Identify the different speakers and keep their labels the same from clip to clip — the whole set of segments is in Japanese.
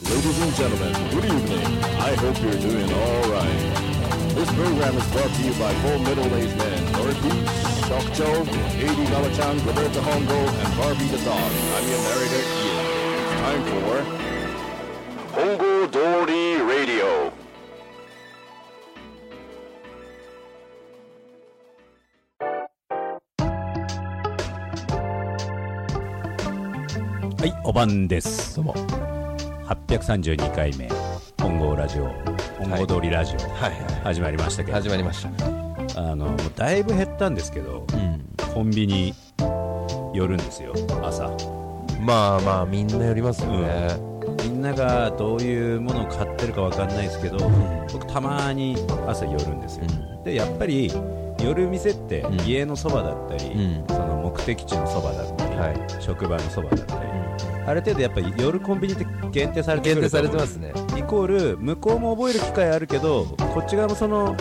Speaker 1: Ladies and gentlemen, good evening. I hope you're doing all right. This program is brought to you by four middle-aged men, Dorothy, Shock Joe, A.D. Galachan, Roberta Hongo, and Barbie the dog. I'm your narrator, Ian. It's time for Hongo Dory Radio.
Speaker 2: はい、おばんです。どうも。832回目、本郷ラジオ、本郷通りラジオ、
Speaker 3: はいは
Speaker 2: 始まりましたけ
Speaker 3: い。
Speaker 2: ど、
Speaker 3: 始まりました。
Speaker 2: あの、もうだいぶ減ったんですけど、コンビニ寄るんですよ、朝。
Speaker 3: まあまあ、みんなやりますよね。
Speaker 2: みんながどういうものを買ってるかわかんないですけど、僕たまに朝寄るんですよ。で、やっぱり、寄る店って
Speaker 3: ん
Speaker 2: 家のそばだったり、
Speaker 3: うん
Speaker 2: その目的地のそばだったり、
Speaker 3: は
Speaker 2: 職場のそばだったり、ある程度やっぱり夜コンビニって限定されて
Speaker 3: 限
Speaker 2: く
Speaker 3: 定
Speaker 2: ると
Speaker 3: さ
Speaker 2: 思う
Speaker 3: れてますね。
Speaker 2: イコール向こうも覚える機会あるけどこっち側もその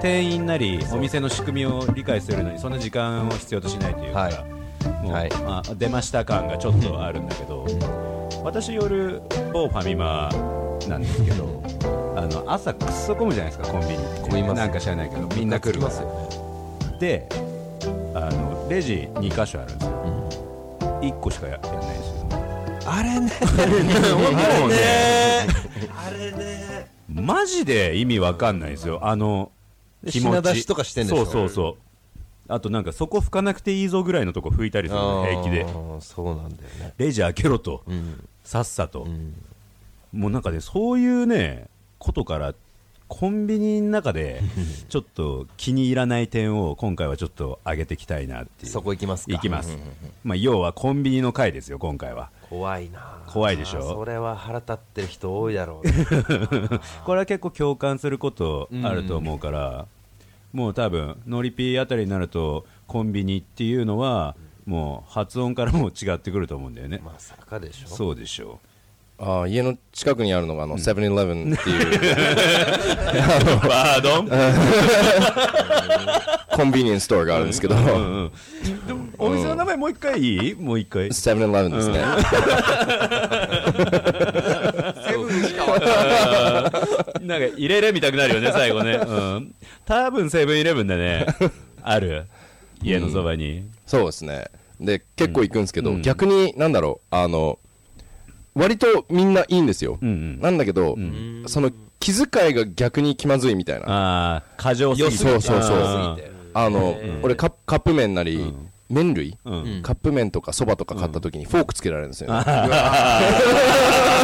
Speaker 2: 店員なりお店の仕組みを理解するのにそんな時間を必要としないというか、
Speaker 3: はい
Speaker 2: もう
Speaker 3: はい
Speaker 2: まあ、出ました感がちょっとあるんだけど、私夜某ファミマなんですけどあの朝くっそ混むじゃないですかコンビニって
Speaker 3: 混みます
Speaker 2: なんか知らないけどみんな来る
Speaker 3: き
Speaker 2: か
Speaker 3: ま
Speaker 2: ら
Speaker 3: すよね。
Speaker 2: であのレジ2箇所あるんですよ、1個しかややんないんですよ
Speaker 3: あれね。
Speaker 2: あれねマジで意味わかんないですよあの
Speaker 3: で
Speaker 2: 気持ち
Speaker 3: 品出しとかしてんでしょ
Speaker 2: そうそうそうあとなんかそこ拭かなくていいぞぐらいのとこ拭いたりするの平気で
Speaker 3: あーそうなんだよね。
Speaker 2: レジ開けろと、
Speaker 3: うん。
Speaker 2: さっさと、
Speaker 3: ん
Speaker 2: もうなんかねそういうねことからコンビニの中でちょっと気に入らない点を今回はちょっと上げていきたいなっていう
Speaker 3: そこ行きますか。
Speaker 2: いきます、まあ、要はコンビニの回ですよ今回は
Speaker 3: 怖いな。
Speaker 2: 怖いでしょ
Speaker 3: あーそれは腹立ってる人多いだろうね。
Speaker 2: これは結構共感することあると思うから、もう多分ノリピーあたりになるとコンビニっていうのはもう発音からもう違ってくると思うんだよね、
Speaker 3: まさかでしょ。
Speaker 2: そう でしょ
Speaker 4: ああ家の近くにあるのがあのセブンイレブンっていう
Speaker 2: うバードン
Speaker 4: コンビニエンスストアがあるんですけど
Speaker 2: うんうんでもお店の名前もう一回いいもう一回
Speaker 4: セブンイレブンですね
Speaker 2: なんか入れれみたくなるよね最後ねうん多分セブンイレブンだねある家のそばに、
Speaker 4: そうですねで結構行くんですけど、逆になんだろうあの割とみんないいんですよ、
Speaker 2: ん
Speaker 4: なんだけど、その気遣いが逆に気まずいみたいなあ
Speaker 2: ああ過剰すぎて
Speaker 4: そうそうそう
Speaker 2: あー
Speaker 4: の、俺カップカップ麺なり、麺類、
Speaker 2: ん
Speaker 4: カップ麺とかそばとか買った時にフォークつけられるんですよ、ね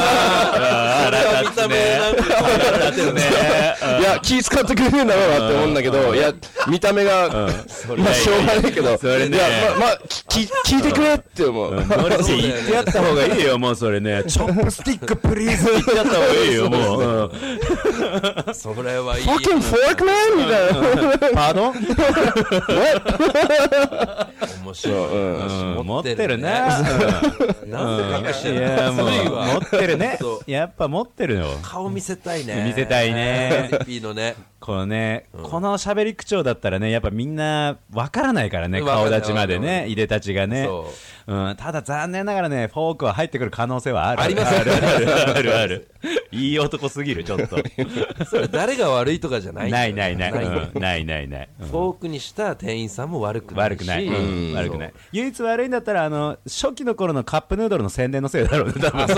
Speaker 2: あー腹立つね腹立つね
Speaker 4: いや気遣ってくれるんだろうなって思うんだけどいや見た目が、まあしょうがないけど
Speaker 2: それね
Speaker 4: いやままあきき聞いてくれって思う、
Speaker 2: ノリで言ってやった方がいいよ、もうそれね。 チョップスティックプリーズって言ってやった方がいいよ、もう。
Speaker 3: それはいい。
Speaker 4: fucking fork man みたいな。
Speaker 2: パードン
Speaker 3: 面白い話
Speaker 2: うん持ってる。ね。
Speaker 3: なんで隠して
Speaker 2: い
Speaker 3: るの
Speaker 2: や、もう、
Speaker 3: ずるいわ
Speaker 2: 持ってるね
Speaker 3: そ。う
Speaker 2: やっぱ持ってるよ。
Speaker 3: 顔見せたいね。
Speaker 2: 見せたいね
Speaker 3: フリピーのね。
Speaker 2: このね、この喋り口調だったらね、やっぱみんなわからないからね、
Speaker 3: わかん
Speaker 2: 顔
Speaker 3: ない
Speaker 2: 立ちまで
Speaker 3: わかんな
Speaker 2: ね、いでたちがね。
Speaker 3: そ
Speaker 2: うん、ただ残念ながらね、フォークは入ってくる可能性はある。
Speaker 3: ありますよ
Speaker 2: あるあるあるある。いい男すぎる、ちょっ と。
Speaker 3: それ誰が悪いとかじゃないんだ
Speaker 2: な
Speaker 3: よ
Speaker 2: い
Speaker 3: ね。
Speaker 2: ないない。
Speaker 3: んだよ
Speaker 2: うんないないない。うん
Speaker 3: フォークにした店員さんも悪くない
Speaker 2: 悪
Speaker 3: し
Speaker 2: くない、うん悪くない唯一悪いんだったらあの初期の頃のカップヌードルの宣伝のせいだろうね多分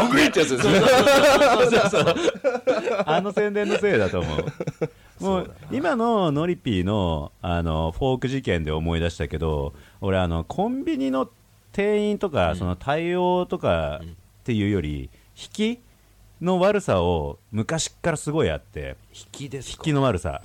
Speaker 4: 僕グってやつですね。
Speaker 2: あの宣伝のせいだと思うもう今のノリピーのあのフォーク事件で思い出したけど俺あのコンビニの店員とか、その対応とかっていうより引きの悪さを昔からすごいあって
Speaker 3: 引きです
Speaker 2: 引
Speaker 3: か
Speaker 2: きの悪さ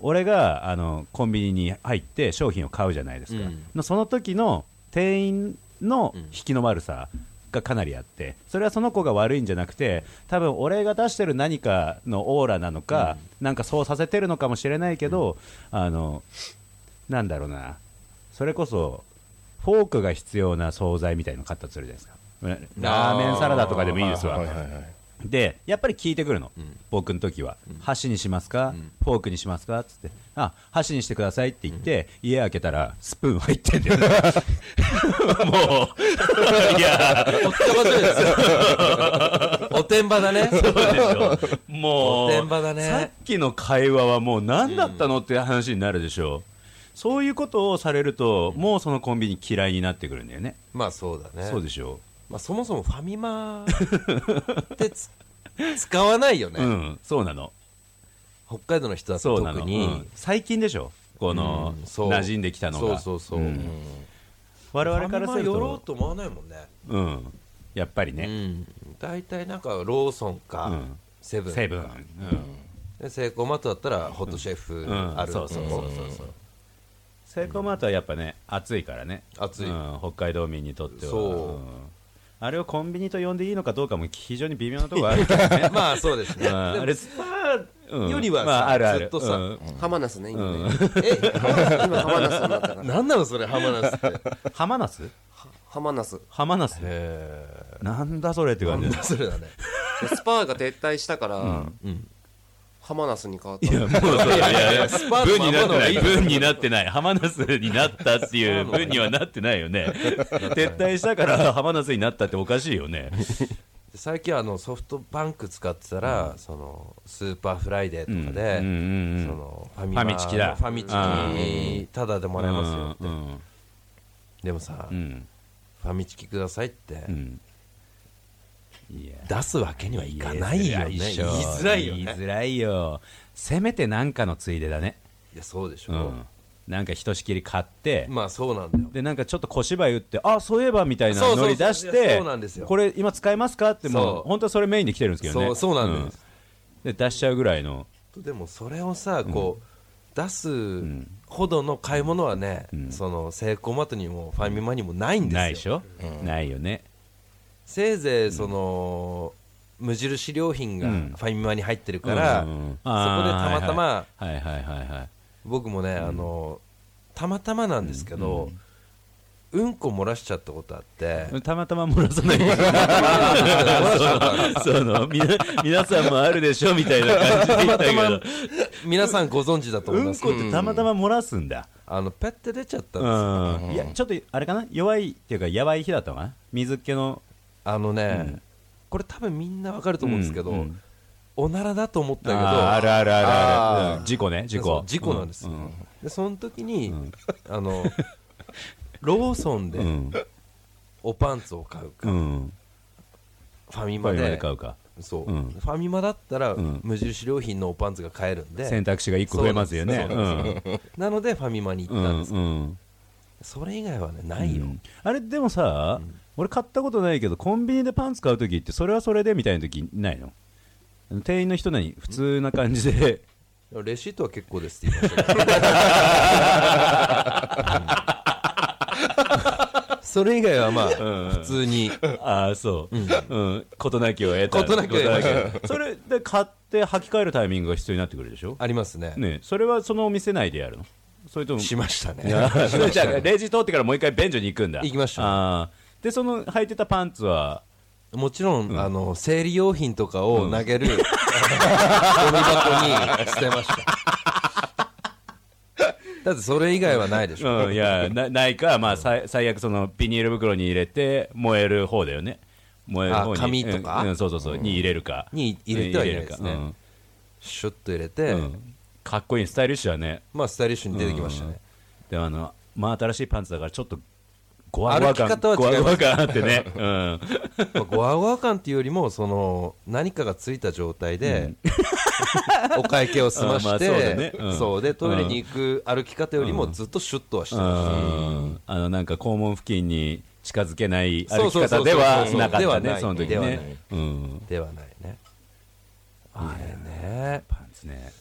Speaker 2: 俺があのコンビニに入って商品を買うじゃないですか、
Speaker 3: うん
Speaker 2: のその時の店員の引きの悪さがかなりあってそれはその子が悪いんじゃなくて多分俺が出してる何かのオーラなのか、なんかそうさせてるのかもしれないけど、あのなんだろうなそれこそフォークが必要な惣菜みたいの買ったとするじゃないですかラーメンサラダとかでもいいですわ、
Speaker 4: はいはいはい。
Speaker 2: でやっぱり聞いてくるの、僕の時は、箸にしますか、フォークにしますかっつってあ箸にしてくださいって言って、家開けたらスプーン入ってんだよもういや
Speaker 3: おっちょこちょいですよおてんばだね。
Speaker 2: そうでしょもう
Speaker 3: おてんばだね
Speaker 2: さっきの会話はもう何だったのって話になるでしょう、そういうことをされると、もうそのコンビニ嫌いになってくるんだよね、
Speaker 3: まあそうだね。
Speaker 2: そうでしょ
Speaker 3: まあそもそもファミマってつ使わないよ
Speaker 2: う、
Speaker 3: ね。
Speaker 2: うんそうなの
Speaker 3: 北海道の人だ
Speaker 2: そ
Speaker 3: と
Speaker 2: うなの
Speaker 3: 特に。
Speaker 2: うん最近でしょこの、
Speaker 3: うんそう
Speaker 2: 馴染んできたの
Speaker 3: そう
Speaker 2: が
Speaker 3: そうそう。
Speaker 2: ん
Speaker 3: うん
Speaker 2: 我々からする
Speaker 3: ファミマ寄ろう
Speaker 2: と
Speaker 3: と思わないもんね。
Speaker 2: うんやっぱり
Speaker 3: う
Speaker 2: ね、
Speaker 3: ん。大体なんかローソンか、
Speaker 2: うん
Speaker 3: セブン。
Speaker 2: セブン、
Speaker 3: でセイコーマートだったらホットシェフ
Speaker 2: うん
Speaker 3: ある、
Speaker 2: そうそうそうそう
Speaker 3: そう
Speaker 2: セイコーマートはやっぱね暑いからね
Speaker 3: 暑い
Speaker 2: うん北海道民にとっては
Speaker 3: そうん
Speaker 2: あれをコンビニと呼んでいいのかどうかも非常に微妙なところあるけどね
Speaker 3: まあそう ですね
Speaker 2: うんあれ
Speaker 3: でもスパー
Speaker 2: うん
Speaker 3: よりはさ
Speaker 2: まあ、あるある
Speaker 3: ずっとさ
Speaker 2: うん
Speaker 5: 浜ナスね、今ね。
Speaker 3: え
Speaker 5: 今、浜ナスになっ たから。
Speaker 3: 何なのそれハマナスって
Speaker 2: 浜ナス
Speaker 5: 浜ナス。
Speaker 2: 浜ナス
Speaker 3: へ
Speaker 2: なんだそれって感じ
Speaker 3: えそれだね
Speaker 5: でスパーが撤退したから、
Speaker 3: うん
Speaker 5: 浜ナスに変わった
Speaker 2: い
Speaker 5: の。
Speaker 2: やもうそういやいや
Speaker 3: スパーの
Speaker 2: 文
Speaker 3: ま
Speaker 2: に
Speaker 3: ん
Speaker 2: なって
Speaker 3: まの
Speaker 2: な
Speaker 3: が
Speaker 2: い
Speaker 3: いい
Speaker 2: 文になってない浜ナスになったっていう文にはなってないよね撤退したから浜ナスになったっておかしいよね
Speaker 3: で最近はあのソフトバンク使ってたら、そのスーパーフライデーとかで、
Speaker 2: うんうんうん
Speaker 3: そのファミマ
Speaker 2: ファミチキだ
Speaker 3: ファミチキただでもらえますよって、
Speaker 2: うん
Speaker 3: でもさ、
Speaker 2: うん
Speaker 3: ファミチキくださいって、
Speaker 2: うんいや
Speaker 3: 出すわけにはいかないよ
Speaker 2: 言
Speaker 3: ね
Speaker 2: い
Speaker 3: 言いづらいよね
Speaker 2: 言いづらいよせめてなんかのついでだね
Speaker 3: いやそうでし
Speaker 2: う
Speaker 3: ょ、
Speaker 2: んなんかひとしきり買って
Speaker 3: まあそうなんだよ
Speaker 2: でなんかちょっと小芝居打ってあそういえばみたいな
Speaker 3: そうそうそう
Speaker 2: ノリ出し
Speaker 3: いや
Speaker 2: て
Speaker 3: そうなんですよ
Speaker 2: これ今使えますかっても
Speaker 3: そう
Speaker 2: う本当はそれメインで来てるんですけどね
Speaker 3: そうそうなんです
Speaker 2: うんで出しちゃうぐらいの
Speaker 3: でもそれをさこう、出すほどの買い物はね、そのセイコーマートにもファミマにもないんですよ
Speaker 2: ないでしょないよね
Speaker 3: せいぜいその、無印良品が
Speaker 2: うん
Speaker 3: ファミマに入ってるから、そこでたまた
Speaker 2: た
Speaker 3: ま、
Speaker 2: まはいはいはいはい
Speaker 3: 僕もね、あのたまたまなんですけど、うんこ漏らしちゃったことあって、
Speaker 2: たまたま漏らさない でしょそのみな皆さんもあるでしょみたいな感じで言ったけど
Speaker 3: 皆さんご存知だと思い
Speaker 2: うん
Speaker 3: ます、
Speaker 2: こってたまたま漏らすんだ
Speaker 3: あのペッて出ちゃったん
Speaker 2: う
Speaker 3: です
Speaker 2: ん
Speaker 3: よ、
Speaker 2: いやちょっとあれかな弱いっていうかやばい日だったのかな水っ気の
Speaker 3: あのね、これ多分みんなわかると思うんですけど、
Speaker 2: うんうん
Speaker 3: おならだと思ったけど
Speaker 2: あーあるあるあるあ
Speaker 5: あ
Speaker 2: るうん事故ね事
Speaker 3: そ
Speaker 2: 故
Speaker 3: う事故なんですよ、
Speaker 2: ううん
Speaker 3: でその時に、あの ローソンで
Speaker 2: うん
Speaker 3: おパンツを買う
Speaker 2: う
Speaker 3: か、
Speaker 2: ん
Speaker 3: ファミ
Speaker 2: ファ
Speaker 3: マ
Speaker 2: ミ
Speaker 3: で
Speaker 2: マで買うか
Speaker 3: そう、
Speaker 2: うん
Speaker 3: ファミマだったら、
Speaker 2: ん
Speaker 3: 無印良品のおパンツが買えるんで
Speaker 2: 選択肢が一個増えますよね
Speaker 3: そうなんですよなのでファミマに行
Speaker 2: う
Speaker 3: ったん
Speaker 2: ん
Speaker 3: です、
Speaker 2: うん
Speaker 3: それ以外はねないよ、
Speaker 2: あれでもさ俺買ったことないけどコンビニでパンツ買う時ってそれはそれでみたいな時ないの店員の人に普通な感じ で
Speaker 3: レシートは結構ですって言いましたけ どう んそれ以外はまあ、普通に
Speaker 2: ああそううん事なきを得た
Speaker 3: 事なきを得た
Speaker 2: たそれで買って履き替えるタイミングが必要になってくるでし ょ
Speaker 3: ありますね
Speaker 2: ねえそれはそのお店内でやるのそれ とも
Speaker 3: しましたね
Speaker 2: いやそれじゃあレジ通ってからもう一回便所に行くんだ
Speaker 3: 行きました
Speaker 2: あーでその履いてたパンツは
Speaker 3: もちろん、あの生理用品とかを 投げる、ゴミ箱に捨てましただってそれ以外はないでしょ、
Speaker 2: うん、いや なないか、まあ、最最悪そのビニール袋に入れて燃える方だよね燃える方に
Speaker 3: あ紙とか
Speaker 2: うんうんそうそうそう、に入れるか
Speaker 3: に入れてはいないですね
Speaker 2: 入れるか
Speaker 3: シュッと入れて、
Speaker 2: うんうんかっこいいスタイリッシュはね
Speaker 3: まあスタイリッシュに出てきましたね、
Speaker 2: でもあの真新しいパンツだからちょっとごわごわ感
Speaker 3: 歩き方は違い
Speaker 2: ご
Speaker 3: ます
Speaker 2: わごわ感あって ね、うん、
Speaker 3: まあゴワゴワ感っていうよりもその何かがついた状態で、 お会計を済まして、
Speaker 2: あまあ
Speaker 3: そ
Speaker 2: そううだねうん
Speaker 3: でトイレに行く歩き方よりもずっとシュッとはしてました、
Speaker 2: うんあのなんか肛門付近に近づけない
Speaker 3: そ
Speaker 2: 歩
Speaker 3: う
Speaker 2: き
Speaker 3: そうそ
Speaker 2: 方
Speaker 3: うそう
Speaker 2: ではなかっ
Speaker 3: では
Speaker 2: た
Speaker 3: な
Speaker 2: ね
Speaker 3: い
Speaker 2: その時
Speaker 3: ではない
Speaker 2: ね、うん、
Speaker 3: ではないねあれね
Speaker 2: パンツね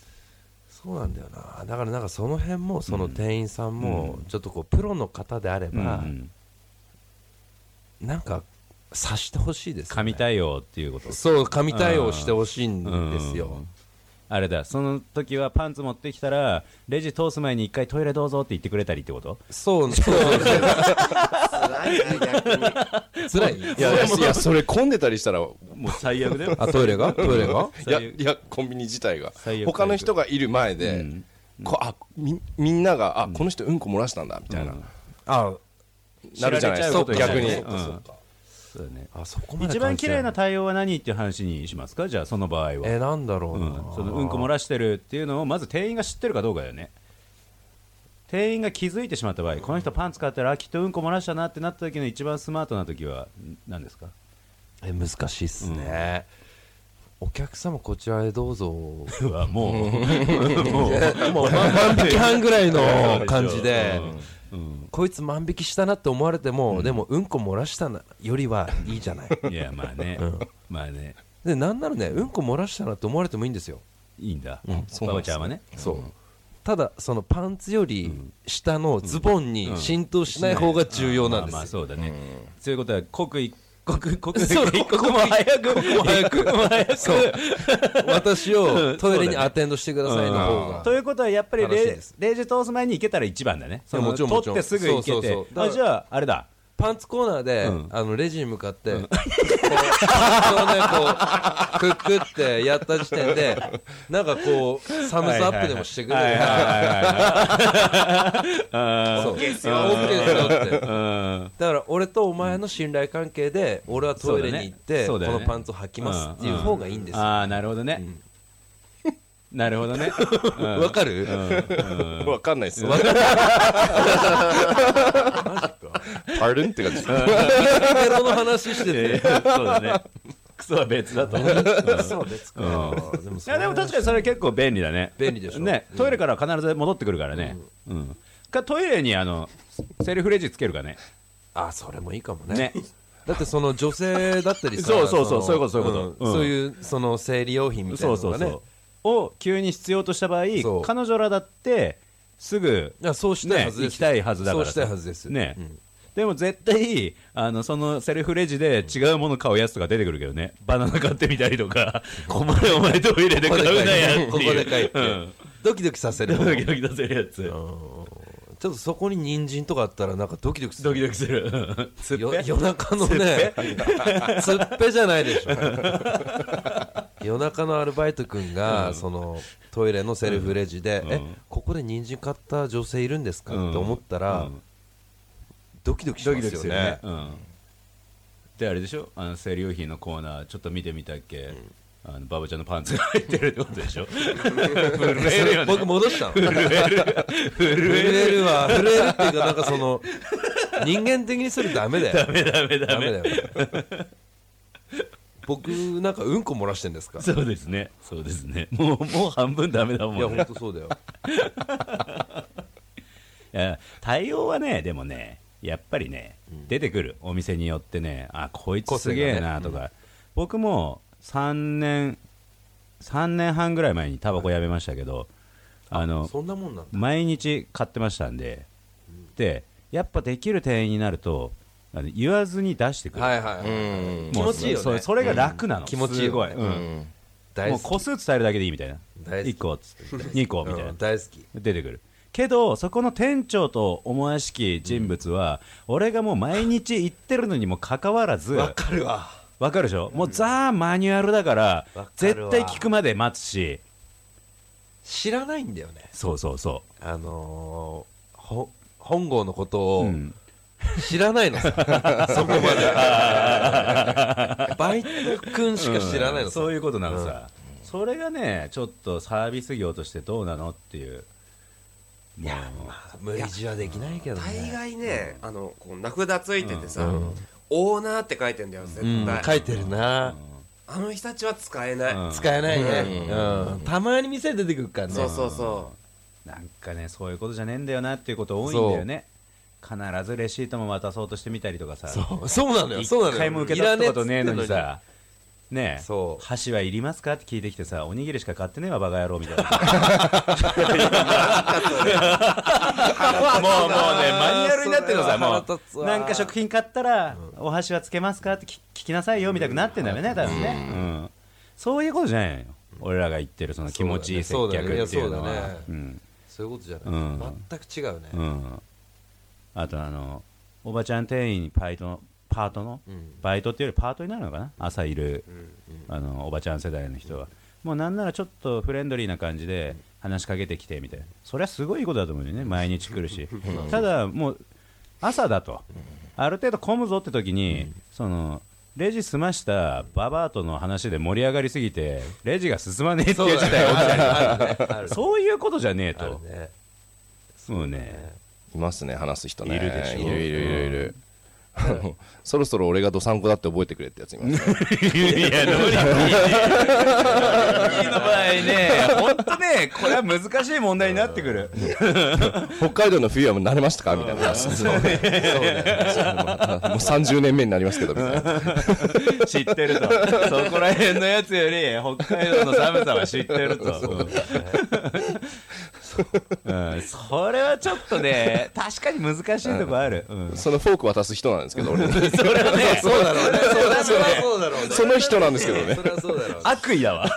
Speaker 3: そうなんだよなだからなんかその辺もその店員さんもちょっとこうプロの方であれ
Speaker 2: うん
Speaker 3: ばなんか察してほしいですよね
Speaker 2: 神対応っていうこと
Speaker 3: そう神対応してほしいんですよ
Speaker 2: あれだその時はパンツ持ってきたらレジ通す前に一回トイ レどうぞって言ってくれたりってこと
Speaker 3: そうそう
Speaker 5: 辛いな、逆に。
Speaker 3: 辛い
Speaker 4: いやい やいやそれ混んでたりしたら
Speaker 2: もう最悪だ よ
Speaker 3: あトイレがトイレが
Speaker 4: いやいやコンビニ自体が
Speaker 2: 最悪
Speaker 4: 他の人がいる前で、
Speaker 2: うん
Speaker 4: こあみみんながあ、この人うんこ漏らしたんだみたいな、
Speaker 3: あ
Speaker 4: なるじゃないで
Speaker 2: 知られちゃ
Speaker 4: すか
Speaker 2: うこと
Speaker 4: 逆
Speaker 2: に
Speaker 4: に
Speaker 2: なるねうんそうだね
Speaker 3: あそこまで
Speaker 2: 一番綺麗な
Speaker 3: 関
Speaker 2: 対応は何っていう話にしますかじゃあその場合
Speaker 3: 係ないえ
Speaker 2: は、
Speaker 3: なんだろ
Speaker 2: う
Speaker 3: うな、
Speaker 2: ん、そのうんこ漏
Speaker 3: ら
Speaker 2: らしてるっていうのをまず店員が知ってるかどうかよね店員が気づいてしまった場合この人パン使ってるあきっとうんこ漏らしたなってなった時の一番スマートな時はん何ですか
Speaker 3: え難しいっすね、お客様こちらへどうぞ
Speaker 2: うわ もうもうもう
Speaker 3: 万引き犯ぐらいの感じで、
Speaker 2: うん
Speaker 3: こいつ万引きしたなって思われても、でもうんこ漏らしたなよりはいいじゃない
Speaker 2: いやまあね、まあね
Speaker 3: でなんならねうんこ漏らしたなって思われてもいいんですよ
Speaker 2: いいんだ、
Speaker 4: そう
Speaker 2: ババ
Speaker 4: なんですね
Speaker 2: ちゃんはね
Speaker 3: そう、ただそのパンツより下のズボンに浸透しない方が重要なんで
Speaker 2: まあまあ
Speaker 3: すよ
Speaker 2: そうだね、そういうことは刻一刻刻
Speaker 3: そう
Speaker 2: 一刻も早く
Speaker 3: 刻も早く
Speaker 2: 一刻も早く
Speaker 3: そう 私をトイレにアテンドしてくださいの方
Speaker 2: うん
Speaker 3: が
Speaker 2: ということはやっぱり
Speaker 3: 正し
Speaker 2: 0
Speaker 3: いです
Speaker 2: 時通す前に行けたら一番だねその
Speaker 3: もちろんもちろん
Speaker 2: 取ってすぐ行けて
Speaker 3: そうそうそうだから
Speaker 2: あじゃああれだ
Speaker 3: パンツコーナーで、
Speaker 2: うん
Speaker 3: あのレジに向かって、こうこうねこうくっくってやった時点でなんかこうサムズアップでもしてくれる
Speaker 2: はいはいはいはい
Speaker 3: そう OK ですよ OK ですよって
Speaker 2: うん
Speaker 3: だから俺とお前の信頼関係で俺はトイレに行って、
Speaker 2: そ
Speaker 3: こ
Speaker 2: うだね
Speaker 3: のパンツを履きますっていう方がいいんです よ、
Speaker 2: ああなるほどねなるほど ね
Speaker 3: わかる、
Speaker 4: わかんないっすよ Pardon? って感じ
Speaker 3: ペロの話してて
Speaker 2: えーそうだねクソは別だと思う
Speaker 3: そう別か
Speaker 2: う
Speaker 3: でも
Speaker 2: いやでも確かにそれ結構便利だね
Speaker 3: 便利でしょ
Speaker 2: ねトイレから必ず戻ってくるからねうんかトイレにあのセルフレジつけるかね
Speaker 3: あそれもいいかもね
Speaker 2: ね
Speaker 3: だってその女性だったりさ
Speaker 2: そうそうそう
Speaker 3: の
Speaker 2: そういうことそういうこと
Speaker 3: ん
Speaker 2: うん
Speaker 3: そういうその生理用品みたい
Speaker 2: そ
Speaker 3: な
Speaker 2: う
Speaker 3: のが
Speaker 2: そ
Speaker 3: ね
Speaker 2: うそうを急に必要とした場合
Speaker 3: そう
Speaker 2: 彼女らだってすぐ
Speaker 3: いやそうしたいはず
Speaker 2: ね
Speaker 3: で
Speaker 2: 行き
Speaker 3: す、
Speaker 2: たいはずだから
Speaker 3: そ
Speaker 2: さ
Speaker 3: うしたいはずです
Speaker 2: ね
Speaker 3: うん
Speaker 2: でも絶対あのそのセルフレジで違うもの買うやつとか出てくるけどねバナナ買ってみたりと かここでお前トイレで
Speaker 3: こ
Speaker 2: 買
Speaker 3: こ
Speaker 2: うな
Speaker 3: でか
Speaker 2: やってい
Speaker 3: いうここでかいって、
Speaker 2: うん
Speaker 3: ドキドキさせる
Speaker 2: ドキドキ出せるやつ
Speaker 3: ちょっとそこに人参とかあったらなんかドキドキする
Speaker 2: ドキドキするうんつっぺ
Speaker 3: よ夜中のねつっぺじゃな いでしょ夜中のアルバイト君が、そのトイレのセルフレジで、
Speaker 2: うん
Speaker 3: えここで人参買った女性いるんですか、って思ったら、
Speaker 2: うん
Speaker 3: ドキドキし
Speaker 2: ド
Speaker 3: ま
Speaker 2: キ
Speaker 3: す
Speaker 2: ド
Speaker 3: よ
Speaker 2: キ
Speaker 3: ね
Speaker 2: するねうんであれでしょあの生理用品のコーナーちょっと見てみたっけ、あのババちゃんのパンツが入ってるってことでし ょ震えるよね
Speaker 3: 僕戻したの震える震えるわ震えるっていうかなんかその人間的にするダメだよ
Speaker 2: ダメダメダ
Speaker 3: ダメ
Speaker 2: メ
Speaker 3: だよ僕なんかうんこ漏らしてんですか
Speaker 2: そうですねそうですねもうもう半分ダメだもん
Speaker 3: い
Speaker 2: ね
Speaker 3: や本当そうだよ
Speaker 2: いや対応はねでもねやっぱりね、出てくるお店によってねあこいつすげえなとか、僕も3年3年半ぐらい前にタバコやめましたけど、あの
Speaker 3: そんなもんなんだ
Speaker 2: 毎日買ってましたんで、でやっぱできる店員になるとあの言わずに出してくる、
Speaker 3: はいはいはい
Speaker 4: うん
Speaker 2: もう
Speaker 3: 気持ちいいよね
Speaker 2: それそれが楽なの、
Speaker 3: 気持ちいい
Speaker 2: す
Speaker 3: よ
Speaker 2: ごい、
Speaker 3: ね
Speaker 2: うん
Speaker 3: 大
Speaker 2: も
Speaker 3: 好
Speaker 2: う
Speaker 3: き
Speaker 2: 個数伝えるだけでいいみたいな
Speaker 3: 大好き
Speaker 2: 1個っつって2個みたいな、
Speaker 3: うん大好き
Speaker 2: 出てくるけどそこの店長と思わしき人物は、俺がもう毎日行ってるのにもかかわらず
Speaker 3: わかるわ
Speaker 2: わかるでしょ、もうザ・マニュアルだから
Speaker 3: わかる
Speaker 2: 絶
Speaker 3: わ
Speaker 2: 対聞くまで待つし
Speaker 3: 知らないんだよね
Speaker 2: そうそうそ
Speaker 3: あのーほ本郷のこと
Speaker 2: う、う
Speaker 3: を
Speaker 2: ん、
Speaker 3: 知らない のさそこまでバイト君しか知らないのさ
Speaker 2: そういうことなのさ、それがねちょっとサービス業としてどうなのっていういや
Speaker 3: 無理強いはできないけど
Speaker 5: 大
Speaker 3: ね
Speaker 5: 概ねあのこう名札ついててさ、
Speaker 3: うん
Speaker 5: オーナーって書いてんだよ絶対、
Speaker 3: うん書いてるな
Speaker 5: あの人たちは使えない、
Speaker 2: うん
Speaker 3: 使えないねうんたまに店出てくるからね
Speaker 5: そうそうそ
Speaker 2: なんかねそういうことじゃねえんだよなっていうこと多いんだよね必ずレシートも渡そうとしてみたりとかさ
Speaker 3: そうそうなのよそうなのよ
Speaker 2: 一回も受け取ったことねえのに
Speaker 3: いらね
Speaker 2: さねえ
Speaker 3: そう
Speaker 2: 箸はいりますかって聞いてきてさおにぎりしか買ってねえわバカ野郎みたいなもうもうね マニュアルになってるのさ
Speaker 3: それは
Speaker 2: も
Speaker 3: 腹立つ
Speaker 2: う
Speaker 3: わ
Speaker 2: なんか食品買ったらお箸はつけますかってき聞きなさいよみたいになってんだよね多分ねうんそういうことじゃないのよ俺らが言ってるその気持ちいい接
Speaker 3: そう
Speaker 2: 客
Speaker 3: だね
Speaker 2: っていうの
Speaker 3: そうだねいやそう
Speaker 2: は
Speaker 3: だね
Speaker 2: うん
Speaker 3: そういうことじゃ
Speaker 2: う
Speaker 3: なんい全く違うね
Speaker 2: うんあとあのおばちゃん店員にパイトパートの、バイトっていうよりパートになるのかな朝いる、あのおばちゃん世代の人は、もうなんならちょっとフレンドリーな感じで話しかけてきてみたいなそりゃすごいいいことだと思うよね毎日来る しただもう朝だと、ある程度混むぞって時に、そのレジ済ましたババアとの話で盛り上がりすぎてレジが進まねえっていう事態が起きたり
Speaker 3: ある
Speaker 2: そういうことじゃねえ
Speaker 3: ある
Speaker 2: と、
Speaker 3: ね
Speaker 2: そうね
Speaker 4: いますね話す人ね
Speaker 2: いるでしょ
Speaker 4: いるいるいるいる、あのそろそろ俺がどさんこだって覚えてくれってやついますね
Speaker 2: いやノリピーねノリピーの場合ね本当ねこれは難しい問題になってくる
Speaker 4: 北海道の冬はもう慣れましたかみたいなそうねもう30年目になりますけどみたいな
Speaker 2: 知ってるとそこら辺のやつより北海道の寒さは知ってるとうん、それはちょっとね確かに難しいとこある、うん、
Speaker 4: そのフォーク渡す人なんですけど 俺に
Speaker 2: それはね
Speaker 3: そうだろうねそりゃそうだろうね
Speaker 4: その人なんですけどね
Speaker 3: そりゃそうだ ろうね
Speaker 2: 悪意だわ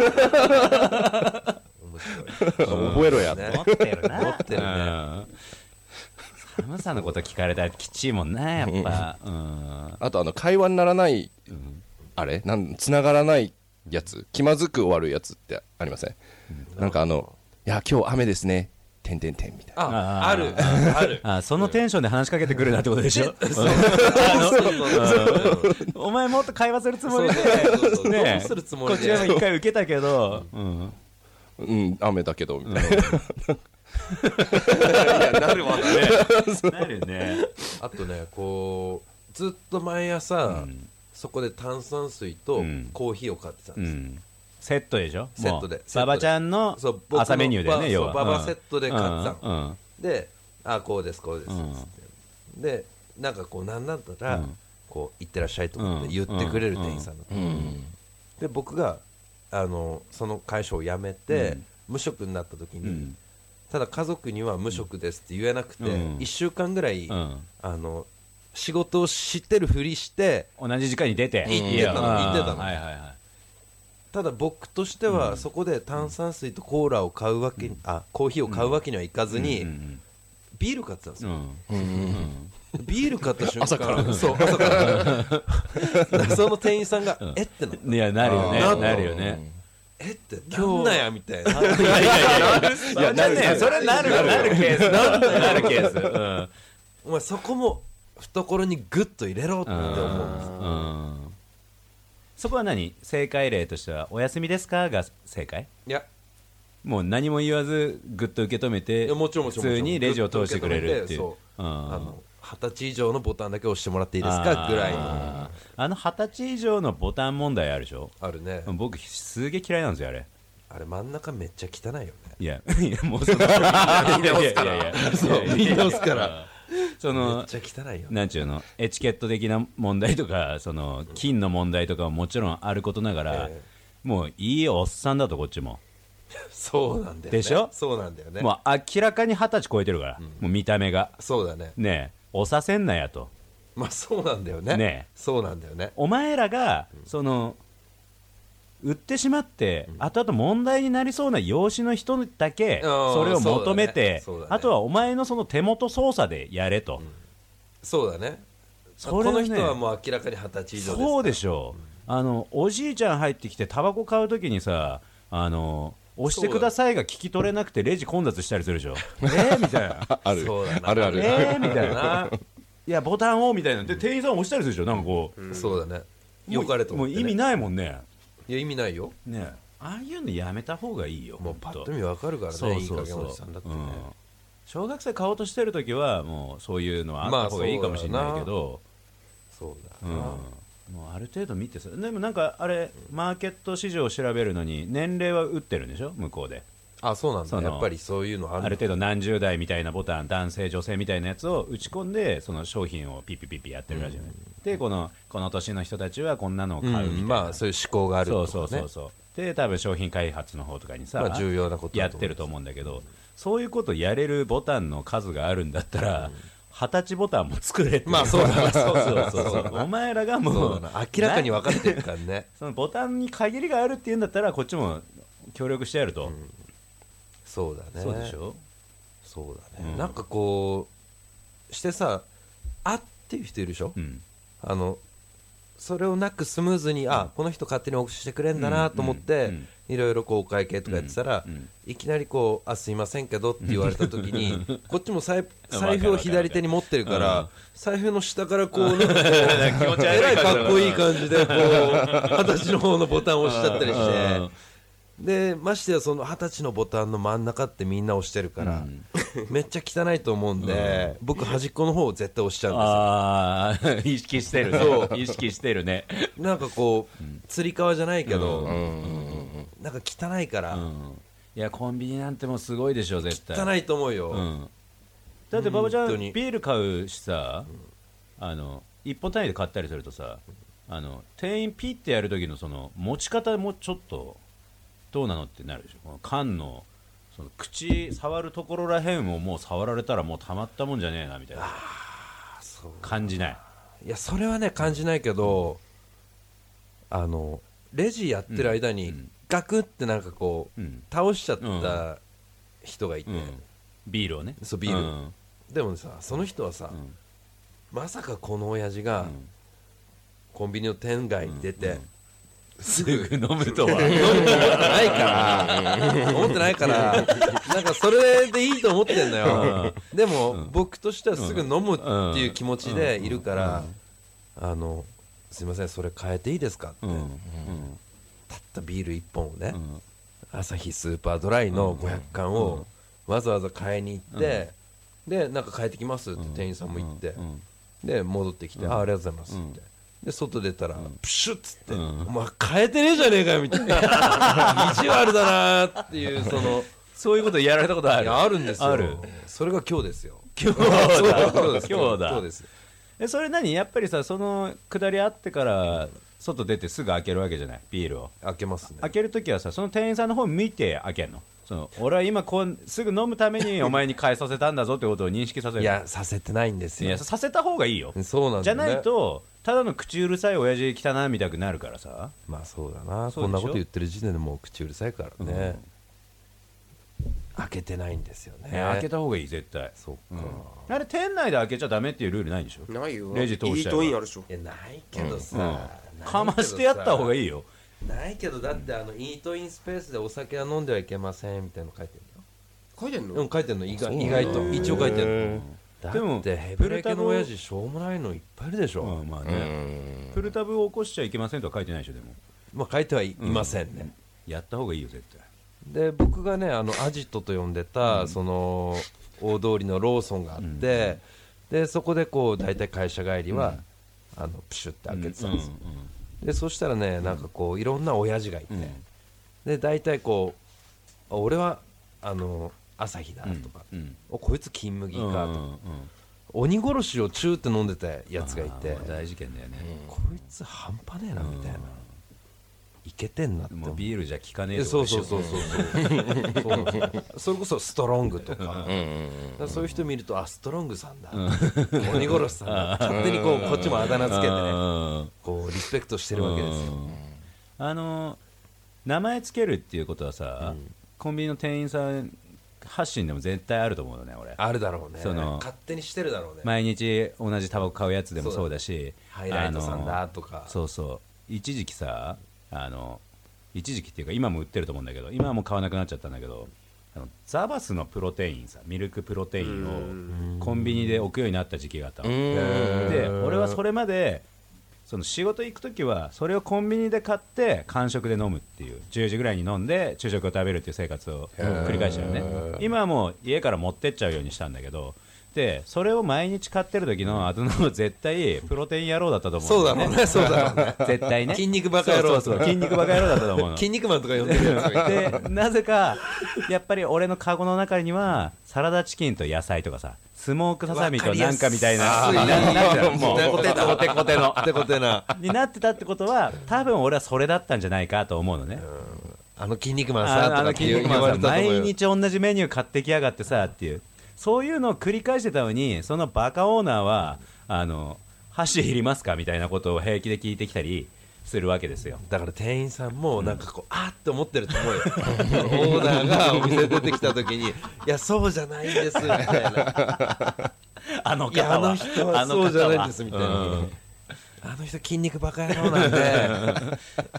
Speaker 3: 面白い
Speaker 4: 覚えろやって
Speaker 3: ね
Speaker 2: 持ってるな
Speaker 3: 持ってるね
Speaker 2: うん寒さのこと聞かれたらきっちいもんなやっぱうん
Speaker 4: あとあの会話にならない、あれなん繋がらないやつ気まずく終わるやつってありません、なんかあの「いや今日雨ですね」てんてんてんみたいな
Speaker 3: ああるある
Speaker 2: あそのテンションで話しかけてくるなってことでしょ
Speaker 3: そうそうそう
Speaker 2: お前もっと会話するつもりで
Speaker 3: そうそう
Speaker 2: ね
Speaker 3: どうするつもり
Speaker 2: こ
Speaker 3: で
Speaker 2: ちらも一回受けたけど、うん
Speaker 4: うん雨だけどみたいな、
Speaker 5: なるわね。
Speaker 2: なるね
Speaker 3: あとねこうずっと毎朝、そこで炭酸水と
Speaker 2: ん
Speaker 3: コーヒーを買ってたん
Speaker 2: う
Speaker 3: です、
Speaker 2: んセットでしょ
Speaker 3: セットで
Speaker 2: もう
Speaker 3: セットで
Speaker 2: ババちゃんの
Speaker 3: そう僕の
Speaker 2: 朝メニューだよ
Speaker 3: ば
Speaker 2: ね要は
Speaker 3: そうババセットで買ってた
Speaker 2: うんうん
Speaker 3: で「あこうですこうです」つ
Speaker 2: うん
Speaker 3: って、でなんかこうなんだったら、
Speaker 2: うん
Speaker 3: こう「行ってらっしゃい」と思って言ってくれる店員さんだった、で僕があのその会社を辞めて、無職になった時に、
Speaker 2: ん
Speaker 3: ただ家族には無職ですって言えなくて、
Speaker 2: うん
Speaker 3: 1週間ぐらい、
Speaker 2: うん
Speaker 3: あの仕事を知ってるふりして
Speaker 2: 同じ時間に出て
Speaker 3: 行ってたの
Speaker 2: うん
Speaker 3: 行ってたの
Speaker 2: はいはいはい
Speaker 3: ただ僕としてはそこで炭酸水とコーラを買うわけに、あコーヒーを買うわけにはいかずに、ビール買ってたんです
Speaker 2: う
Speaker 3: よ、
Speaker 2: ん
Speaker 3: ビール買った瞬間朝からそう朝から その店員さんが、えってなって
Speaker 2: いやなるよ
Speaker 3: あ
Speaker 2: ね
Speaker 3: ー
Speaker 2: なるよね
Speaker 3: えってなんだやみたいな
Speaker 2: いやいや いやなるねそれはなるなるケースなるケースうん
Speaker 3: お前そこも懐にグッと入れろって思うんです
Speaker 2: うんそこは何正解例としては「お休みですか?」が正解
Speaker 3: いや
Speaker 2: もう何も言わずぐっと受け止め
Speaker 3: い
Speaker 2: て
Speaker 3: やもちろんもちろん
Speaker 2: 普通にレジを通してくれるっていう
Speaker 3: そう
Speaker 2: うん
Speaker 3: あの二十歳以上のボタンだけ押してもらっていいですかぐらいの
Speaker 2: あーあの二十歳以上のボタン問題あるでしょ
Speaker 3: あるね
Speaker 2: 僕すげえ嫌いなんですよあれ
Speaker 3: あれ真ん中めっちゃ汚いよね
Speaker 2: いやいやもう そのいやいやいやいや
Speaker 3: そうみんな押すから
Speaker 2: そ
Speaker 3: めっ
Speaker 2: の
Speaker 3: ちゃ汚いよね
Speaker 2: なんちゅうのエチケット的な問題とかその金の問題とかももちろんあることながら、
Speaker 3: ええ
Speaker 2: もういいおっさんだとこっちも
Speaker 3: そうなんだよね
Speaker 2: でしょ
Speaker 3: そうなんだよね
Speaker 2: もう明らかに二十歳超えてるから、もう見た目が
Speaker 3: そうだね
Speaker 2: ねえおさせんなやと
Speaker 3: まあそうなんだよね
Speaker 2: ね
Speaker 3: そうなんだよね
Speaker 2: お前らが、その売ってしまって、後々問題になりそうな養子の人だけ
Speaker 3: あー
Speaker 2: それを求めて、
Speaker 3: そうだねそうだね
Speaker 2: あとはお前のその手元操作でやれと、
Speaker 3: そうだね
Speaker 2: そ
Speaker 3: こ
Speaker 2: れは
Speaker 3: の
Speaker 2: ね
Speaker 3: 人はもう明らかに二十歳以上ですから
Speaker 2: そうでしょう、あのおじいちゃん入ってきてタバコ買うときにさあの押してくださいが聞き取れなくてレジ混雑したりするでし ょえーみたいな
Speaker 4: ある
Speaker 3: そうだな
Speaker 4: あるある、
Speaker 2: えーみたいないやボタンをみたいなで店員さん押したりするでしょなんかこう、
Speaker 3: そうだね
Speaker 2: もう
Speaker 3: よかれと思って
Speaker 2: もう意味
Speaker 3: ない
Speaker 2: ないもんね
Speaker 3: いや意味ないよ
Speaker 2: ねああいうのやめた方がいいよ
Speaker 3: もう
Speaker 2: ほん
Speaker 3: パ
Speaker 2: と
Speaker 3: ッと見わかるから
Speaker 2: そ
Speaker 3: ね
Speaker 2: う
Speaker 3: いい加
Speaker 2: そう
Speaker 3: 減
Speaker 2: そう
Speaker 3: おじさんだってね
Speaker 2: うん小学生買おうとしてる時はもうそういうのはあった方がいいかもしれないけど、
Speaker 3: そうだな
Speaker 2: うんもうある程度見てさでもなんかあれマーケット市場を調べるのに年齢は打ってるんでしょ向こうで
Speaker 3: あそうなん
Speaker 2: そ
Speaker 3: だ
Speaker 2: の
Speaker 3: やっぱりそういうのあ
Speaker 2: ある
Speaker 3: る
Speaker 2: 程度何十代みたいなボタン男性女性みたいなやつを打ち込んでその商品をピッピピッピやってるらしい、ねでこのこの年の人たちはこんなのを買うみたいな、
Speaker 3: うんまあそういう思考がある
Speaker 2: そう
Speaker 3: と
Speaker 2: そう
Speaker 3: か
Speaker 2: そ
Speaker 3: ね
Speaker 2: うそうで多分商品開発の方とかにさ、
Speaker 3: まあ重要なこと
Speaker 2: や
Speaker 3: だ
Speaker 2: っ
Speaker 3: と思います
Speaker 2: てると思うんだけどそういうことやれるボタンの数があるんだったら二十、歳ボタンも作れって
Speaker 3: まあそうだな
Speaker 2: そうそうそうそうお前らが
Speaker 3: そ
Speaker 2: も
Speaker 3: う
Speaker 2: う
Speaker 3: だな明らかに
Speaker 2: な
Speaker 3: 分かってる からね
Speaker 2: そのボタンに限りがあるっていうんだったらこっちも協力してやると、
Speaker 3: そうだね
Speaker 2: そうでしょ
Speaker 3: そうだねなんかこうしてさあっていう人いるでしょ
Speaker 2: うん
Speaker 3: あのそれをなくスムーズに、あこの人勝手にオフしてくれんだなと思って、いろいろこうお会計とかやってたら、いきなりこうあすいませんけどって言われた時に こっちも財財布を左手に持ってるから財布の下からこうなん かこうえらいかっこいい感じでこう 二十歳の方のボタンを押しちゃったりして。でましてやその二十歳のボタンの真ん中ってみんな押してるから、めっちゃ汚いと思うんで、僕端っこの方を絶対押しちゃうんですよ
Speaker 2: ああ 意識してるね意識してるね
Speaker 3: なんかこう、つり革じゃないけど、なんか汚いから、
Speaker 2: いやコンビニなんてもうすごいでしょ絶対
Speaker 3: 汚いと思うよ、
Speaker 2: うん、だって馬場ちゃん
Speaker 3: 本当
Speaker 2: ビ
Speaker 3: に
Speaker 2: ール買うしさ、あの一本単位で買ったりするとさあの店員ピッてやる時のその持ち方もちょっとどうなのってなるでしょこの缶のその口触るところらへんをもう触られたらもうたまったもんじゃねえなみたいな感じない
Speaker 3: いやそれはね感じないけど、あのレジやってる間に、ガクってなんかこう、
Speaker 2: うん
Speaker 3: 倒しちゃっ
Speaker 2: うん
Speaker 3: た人がいて、
Speaker 2: うんビールをね
Speaker 3: そうビール
Speaker 2: うん
Speaker 3: でもさその人はさ、
Speaker 2: ん
Speaker 3: まさかこの親父が、
Speaker 2: ん
Speaker 3: コンビニの店外に出て、
Speaker 2: すぐ飲むとは
Speaker 3: ないから思ってないからなんかそれでいいと思ってんだよでも僕としてはすぐ飲むっていう気持ちでいるからあのすいませんそれ変えていいですかって
Speaker 2: うん
Speaker 3: たったビール1本をね
Speaker 2: ん
Speaker 3: 朝日スーパードライの500缶をわざわざ買いに行ってでなんか変えてきますって店員さんも言ってで戻ってきてあありがとうございますってで外出たらプシュッつってお前変えてねえじゃねえかよみたいな意地悪だなっていうその
Speaker 2: そういうことやられたことあ
Speaker 3: い
Speaker 2: る
Speaker 3: やあるんですよ
Speaker 2: ある
Speaker 3: それが今日ですよ
Speaker 2: 今日だ
Speaker 3: そうです
Speaker 2: 今日だ
Speaker 3: 今日です
Speaker 2: えそれ何やっぱりさその下りあってから外出てすぐ開けるわけじゃないビールを
Speaker 3: 開けますね
Speaker 2: 開けるときはさその店員さんの方見て開けんのその俺は今こうすぐ飲むため にお前に変えさせたんだぞってことを認識させる
Speaker 3: いやさせてないんです
Speaker 2: い
Speaker 3: よ
Speaker 2: やさせた方がいいよ
Speaker 3: そうなん
Speaker 2: じ
Speaker 3: だ
Speaker 2: ゃ
Speaker 3: よね
Speaker 2: ないとただの口うるさい親父汚いみたくなるからさ
Speaker 3: まあそうだな
Speaker 2: そうでしょ
Speaker 3: こんなこと言ってる時点でもう口うるさいからね、開けてないんですよね
Speaker 2: ね開けた方がいい絶対
Speaker 3: そっか、
Speaker 2: あれ店内で開けちゃダメっていうルールないんでしょ
Speaker 5: ないよ
Speaker 2: レジ通し
Speaker 5: イ
Speaker 2: ちゃえ
Speaker 5: ー
Speaker 2: ば
Speaker 5: トインあるでしょ
Speaker 3: いやないけどさ、ないけどさ
Speaker 2: かましてやった方が
Speaker 3: い
Speaker 2: いいよ
Speaker 3: ないけどだってあのイートインスペースでお酒は飲んではいけませんみたいなの書いてるよ
Speaker 5: 書いてんの
Speaker 3: うん書いてるの意外意外と一応書いてるの
Speaker 2: でも
Speaker 3: だってヘブレケの親父しょうもないのいっぱいいるでしょ、
Speaker 2: うんまあねプルタブを起こしちゃいけませんとは書いてないでしょでも
Speaker 3: まあ書いてはいいませんね、
Speaker 2: やった方がいいよ絶対
Speaker 3: で僕がねあのアジトと呼んでた、その大通りのローソンがあって、でそこでこう大体会社帰りは、あのプシュって開けてたんですよ、でそしたらねなんかこういろんな親父がいて、で大体こうあ俺はあの朝日だとか、
Speaker 2: うん
Speaker 3: おこいつ金麦かとか、
Speaker 2: うんうん
Speaker 3: 鬼殺しをチューって飲んでたやつがいて
Speaker 2: あー大事件だよね、
Speaker 3: こいつ半端ねえなみたいな、いけてんなって
Speaker 2: もうビールじゃ効かねえ
Speaker 3: え
Speaker 2: とか
Speaker 3: そう
Speaker 2: でし
Speaker 3: そ
Speaker 2: ょ
Speaker 3: うそうそうそうなんですよそれこそストロングとかだからそういう人見るとあストロングさんだ鬼殺しさんだ勝手にこうこっちもあだ名つけて
Speaker 2: う
Speaker 3: ね
Speaker 2: ん
Speaker 3: こうリスペクトしてるわけですよ
Speaker 2: あのー名前つけるっていうことはさ、コンビニの店員さん発信でも絶対あると思うのね俺
Speaker 3: あるだろうね
Speaker 2: その
Speaker 3: 勝手にしてるだろうね
Speaker 2: 毎日同じタバコ買うやつでもそうだし
Speaker 3: ハイライトさん
Speaker 2: あ
Speaker 3: だ
Speaker 2: のー
Speaker 3: とか
Speaker 2: そうそう一時期さあの一時期っていうか今も売ってると思うんだけど今はもう買わなくなっちゃったんだけどあのザバスのプロテインさミルクプロテインをコンビニで置くようになった時期があったので俺はそれまでその仕事行く時はそれをコンビニで買って間食で飲むっていう10時ぐらいに飲んで昼食を食べるっていう生活を繰り返してるね今はもう家から持ってっちゃうようにしたんだけどでそれを毎日買ってる時のあだ名は絶対プロテイン野郎だったと思
Speaker 3: そううんだ
Speaker 2: よ
Speaker 3: ろうね そうだろうね
Speaker 2: 絶対ね
Speaker 3: 筋肉バカ野郎
Speaker 2: そうそうそう筋肉バカ野郎だったと思うの
Speaker 3: 筋肉マンとか呼んでるやつがいて
Speaker 2: でなぜかやっぱり俺のカゴの中にはサラダチキンと野菜とかさスモークささみとなんかみたいな
Speaker 3: わかりやす
Speaker 2: な
Speaker 3: い
Speaker 2: なんていうのもう
Speaker 3: もう
Speaker 2: コテコテコテの
Speaker 3: コテコテな
Speaker 2: になってたってことは多分俺はそれだったんじゃないかと思うのね
Speaker 3: あの筋肉マンさ
Speaker 2: あ
Speaker 3: ん
Speaker 2: のあ
Speaker 3: とか
Speaker 2: の
Speaker 3: って
Speaker 2: 筋
Speaker 3: 言
Speaker 2: 肉マン
Speaker 3: われ
Speaker 2: さん
Speaker 3: たと思う
Speaker 2: 毎
Speaker 3: よ
Speaker 2: 日同じメニュー買ってきやがってさっていうそういうのを繰り返してたのにそのバカオーナーはあの箸いりますかみたいなことを平気で聞いてきたりするわけですよ
Speaker 3: だから店員さんもなんかこう、あーって思ってると思うよ オーナーがお店出てきた時に「いやそうじゃないんです」みたいな
Speaker 2: あの
Speaker 3: いや、
Speaker 2: 方
Speaker 3: あ
Speaker 2: は
Speaker 3: の人はそうじゃないんですみたいな。
Speaker 2: うん
Speaker 3: あの人筋肉バカ野郎なん で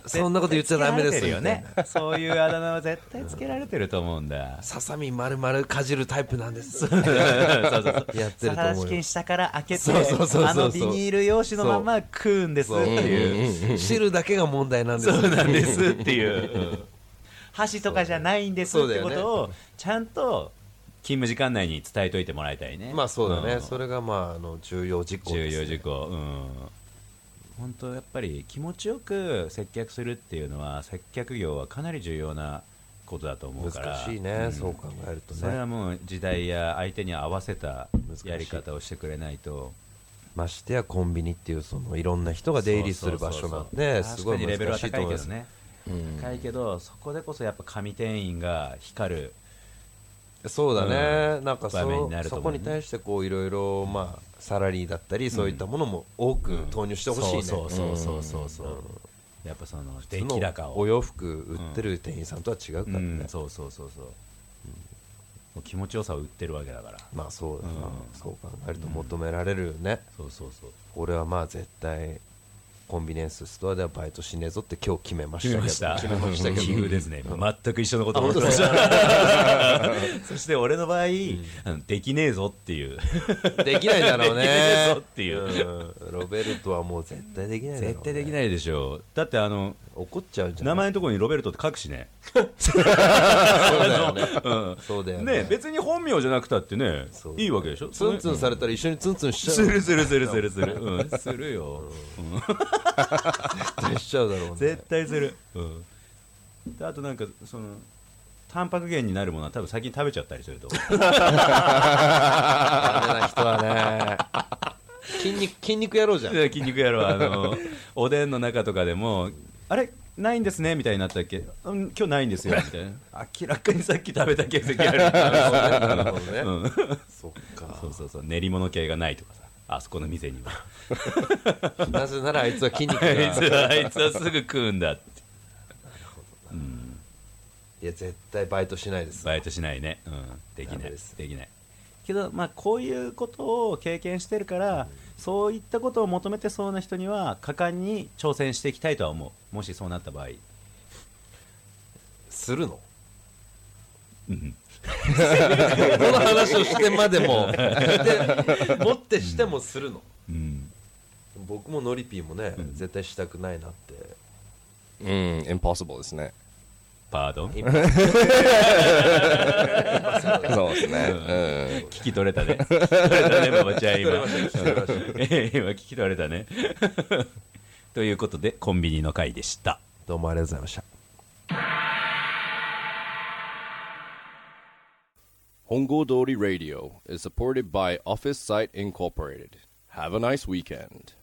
Speaker 3: そんなこと言っちゃダメですよね
Speaker 2: そういうあだ名は絶対つけられてると思うん だ
Speaker 3: ささみ丸々かじるタイプなんです
Speaker 2: そうそうそう
Speaker 3: やってると
Speaker 2: サラ
Speaker 3: 思
Speaker 2: 試
Speaker 3: うよ
Speaker 2: 験下から開けて
Speaker 3: そうそうそうそう
Speaker 2: あのビニール用紙のまま食うんですっていう
Speaker 3: 汁だけが問題なんです
Speaker 2: そうなんですっていう箸とかじゃないんですってことをちゃんと勤務時間内に伝えといてもらいたいね
Speaker 3: まあそうだね、
Speaker 2: ん
Speaker 3: それがまああの重要事項
Speaker 2: 重
Speaker 3: です、
Speaker 2: 要
Speaker 3: ね、
Speaker 2: 事項うん本当やっぱり気持ちよく接客するっていうのは接客業はかなり重要なことだと思うから
Speaker 3: 難しいね、
Speaker 2: うん
Speaker 3: そう考えると
Speaker 2: それ
Speaker 3: ね
Speaker 2: はもう時代や相手に合わせたやり方をしてくれないと
Speaker 3: ましてやコンビニっていうそのいろんな人が出入りする場所なんで
Speaker 2: そう
Speaker 3: す
Speaker 2: そうそう確かに
Speaker 3: ごい
Speaker 2: レベル
Speaker 3: 難
Speaker 2: は
Speaker 3: しいと
Speaker 2: 高い
Speaker 3: 思
Speaker 2: け
Speaker 3: い
Speaker 2: ど
Speaker 3: ます
Speaker 2: ね高いけどそこでこそやっぱ神店員が光る
Speaker 3: そうだね、なんか
Speaker 2: 場面
Speaker 3: そ
Speaker 2: になると
Speaker 3: そ
Speaker 2: 思
Speaker 3: こ
Speaker 2: うね
Speaker 3: に対してこういろいろまあサラリーだったりそういったものも多く投入してほしいね、
Speaker 2: そうそうそうそうそうそうやっぱその出
Speaker 3: その
Speaker 2: 来高を
Speaker 3: お洋服売ってる店員さんとは違うからね、
Speaker 2: うんそうそうそうそうもう気持ちよさを売ってるわけだから
Speaker 3: まあそうだな、そう考えると求められるよね、
Speaker 2: そうそうそう
Speaker 3: 俺はまあ絶対コンビニエンスストアではバイトしねえぞって今日決めました
Speaker 2: 決
Speaker 3: け
Speaker 2: め
Speaker 3: ど
Speaker 2: ました奇
Speaker 3: 決めましたけど
Speaker 2: 遇ですね全く一緒のことを
Speaker 3: あ本当だ
Speaker 2: そして俺の場合あのできねえぞっていう
Speaker 3: できないだろう
Speaker 2: できねえ
Speaker 3: ね
Speaker 2: ぞっていうん
Speaker 3: ロベルトはもう絶対できないだろう、ね、
Speaker 2: 絶対できないでしょうだってあの
Speaker 3: 怒っちゃうんじゃ
Speaker 2: 名
Speaker 3: ない
Speaker 2: 前のところにロベルトって書くしね
Speaker 3: そうだよ ね
Speaker 2: うん
Speaker 3: そうだよね
Speaker 2: ね別に本名じゃなくたってね
Speaker 3: そう
Speaker 2: いいわけでしょ
Speaker 3: ツンツンされたら一緒にツンツンしち
Speaker 2: す
Speaker 3: ゃう
Speaker 2: るするするするする、 うん、するよ、
Speaker 3: 絶対しちゃうだろうね
Speaker 2: 絶対する、うん、であとなんかそのタンパク源になるものは多分先に食べちゃったりすると思 う
Speaker 3: ダメな人はね 筋肉筋肉野郎じゃん
Speaker 2: で筋肉やろあの おでんの中とかでもあれないんですねみたいになったっけ、うん、今日ないん ですよみたいな明らかにさっき食べた形跡 あるうん
Speaker 3: そっか
Speaker 2: そうそうそう練り物系がないとかさあそこの店には
Speaker 3: なぜならあいつは筋肉
Speaker 2: あ
Speaker 3: が
Speaker 2: いつ
Speaker 3: い
Speaker 2: はあいつはすぐ食うんだって
Speaker 3: や絶対バイトしないです
Speaker 2: バイトしないね、うん、できな
Speaker 3: ダメ
Speaker 2: いで
Speaker 3: です
Speaker 2: きないけど、まあ、こういうことを経験してるから、そういったことを求めてそうな人には果敢に挑戦していきたいとは思うもしそうなった場合
Speaker 3: するの
Speaker 2: うん
Speaker 3: この話をしてまでもで持ってしてもするの
Speaker 2: うん
Speaker 3: 僕もノリピーもね、絶対したくないなって
Speaker 4: うん、impossible ですね。
Speaker 2: パードン
Speaker 3: 今
Speaker 4: そうですね。
Speaker 2: 聞き取れた ね取れたねママちゃん今
Speaker 3: 聞き取れました聞き
Speaker 2: 今聞き取れたねということでコンビニの回でした
Speaker 3: どうもありがとうございました
Speaker 4: うん。Hongo Dori Radio is supported by Office Site Incorporated. Have a nice weekend.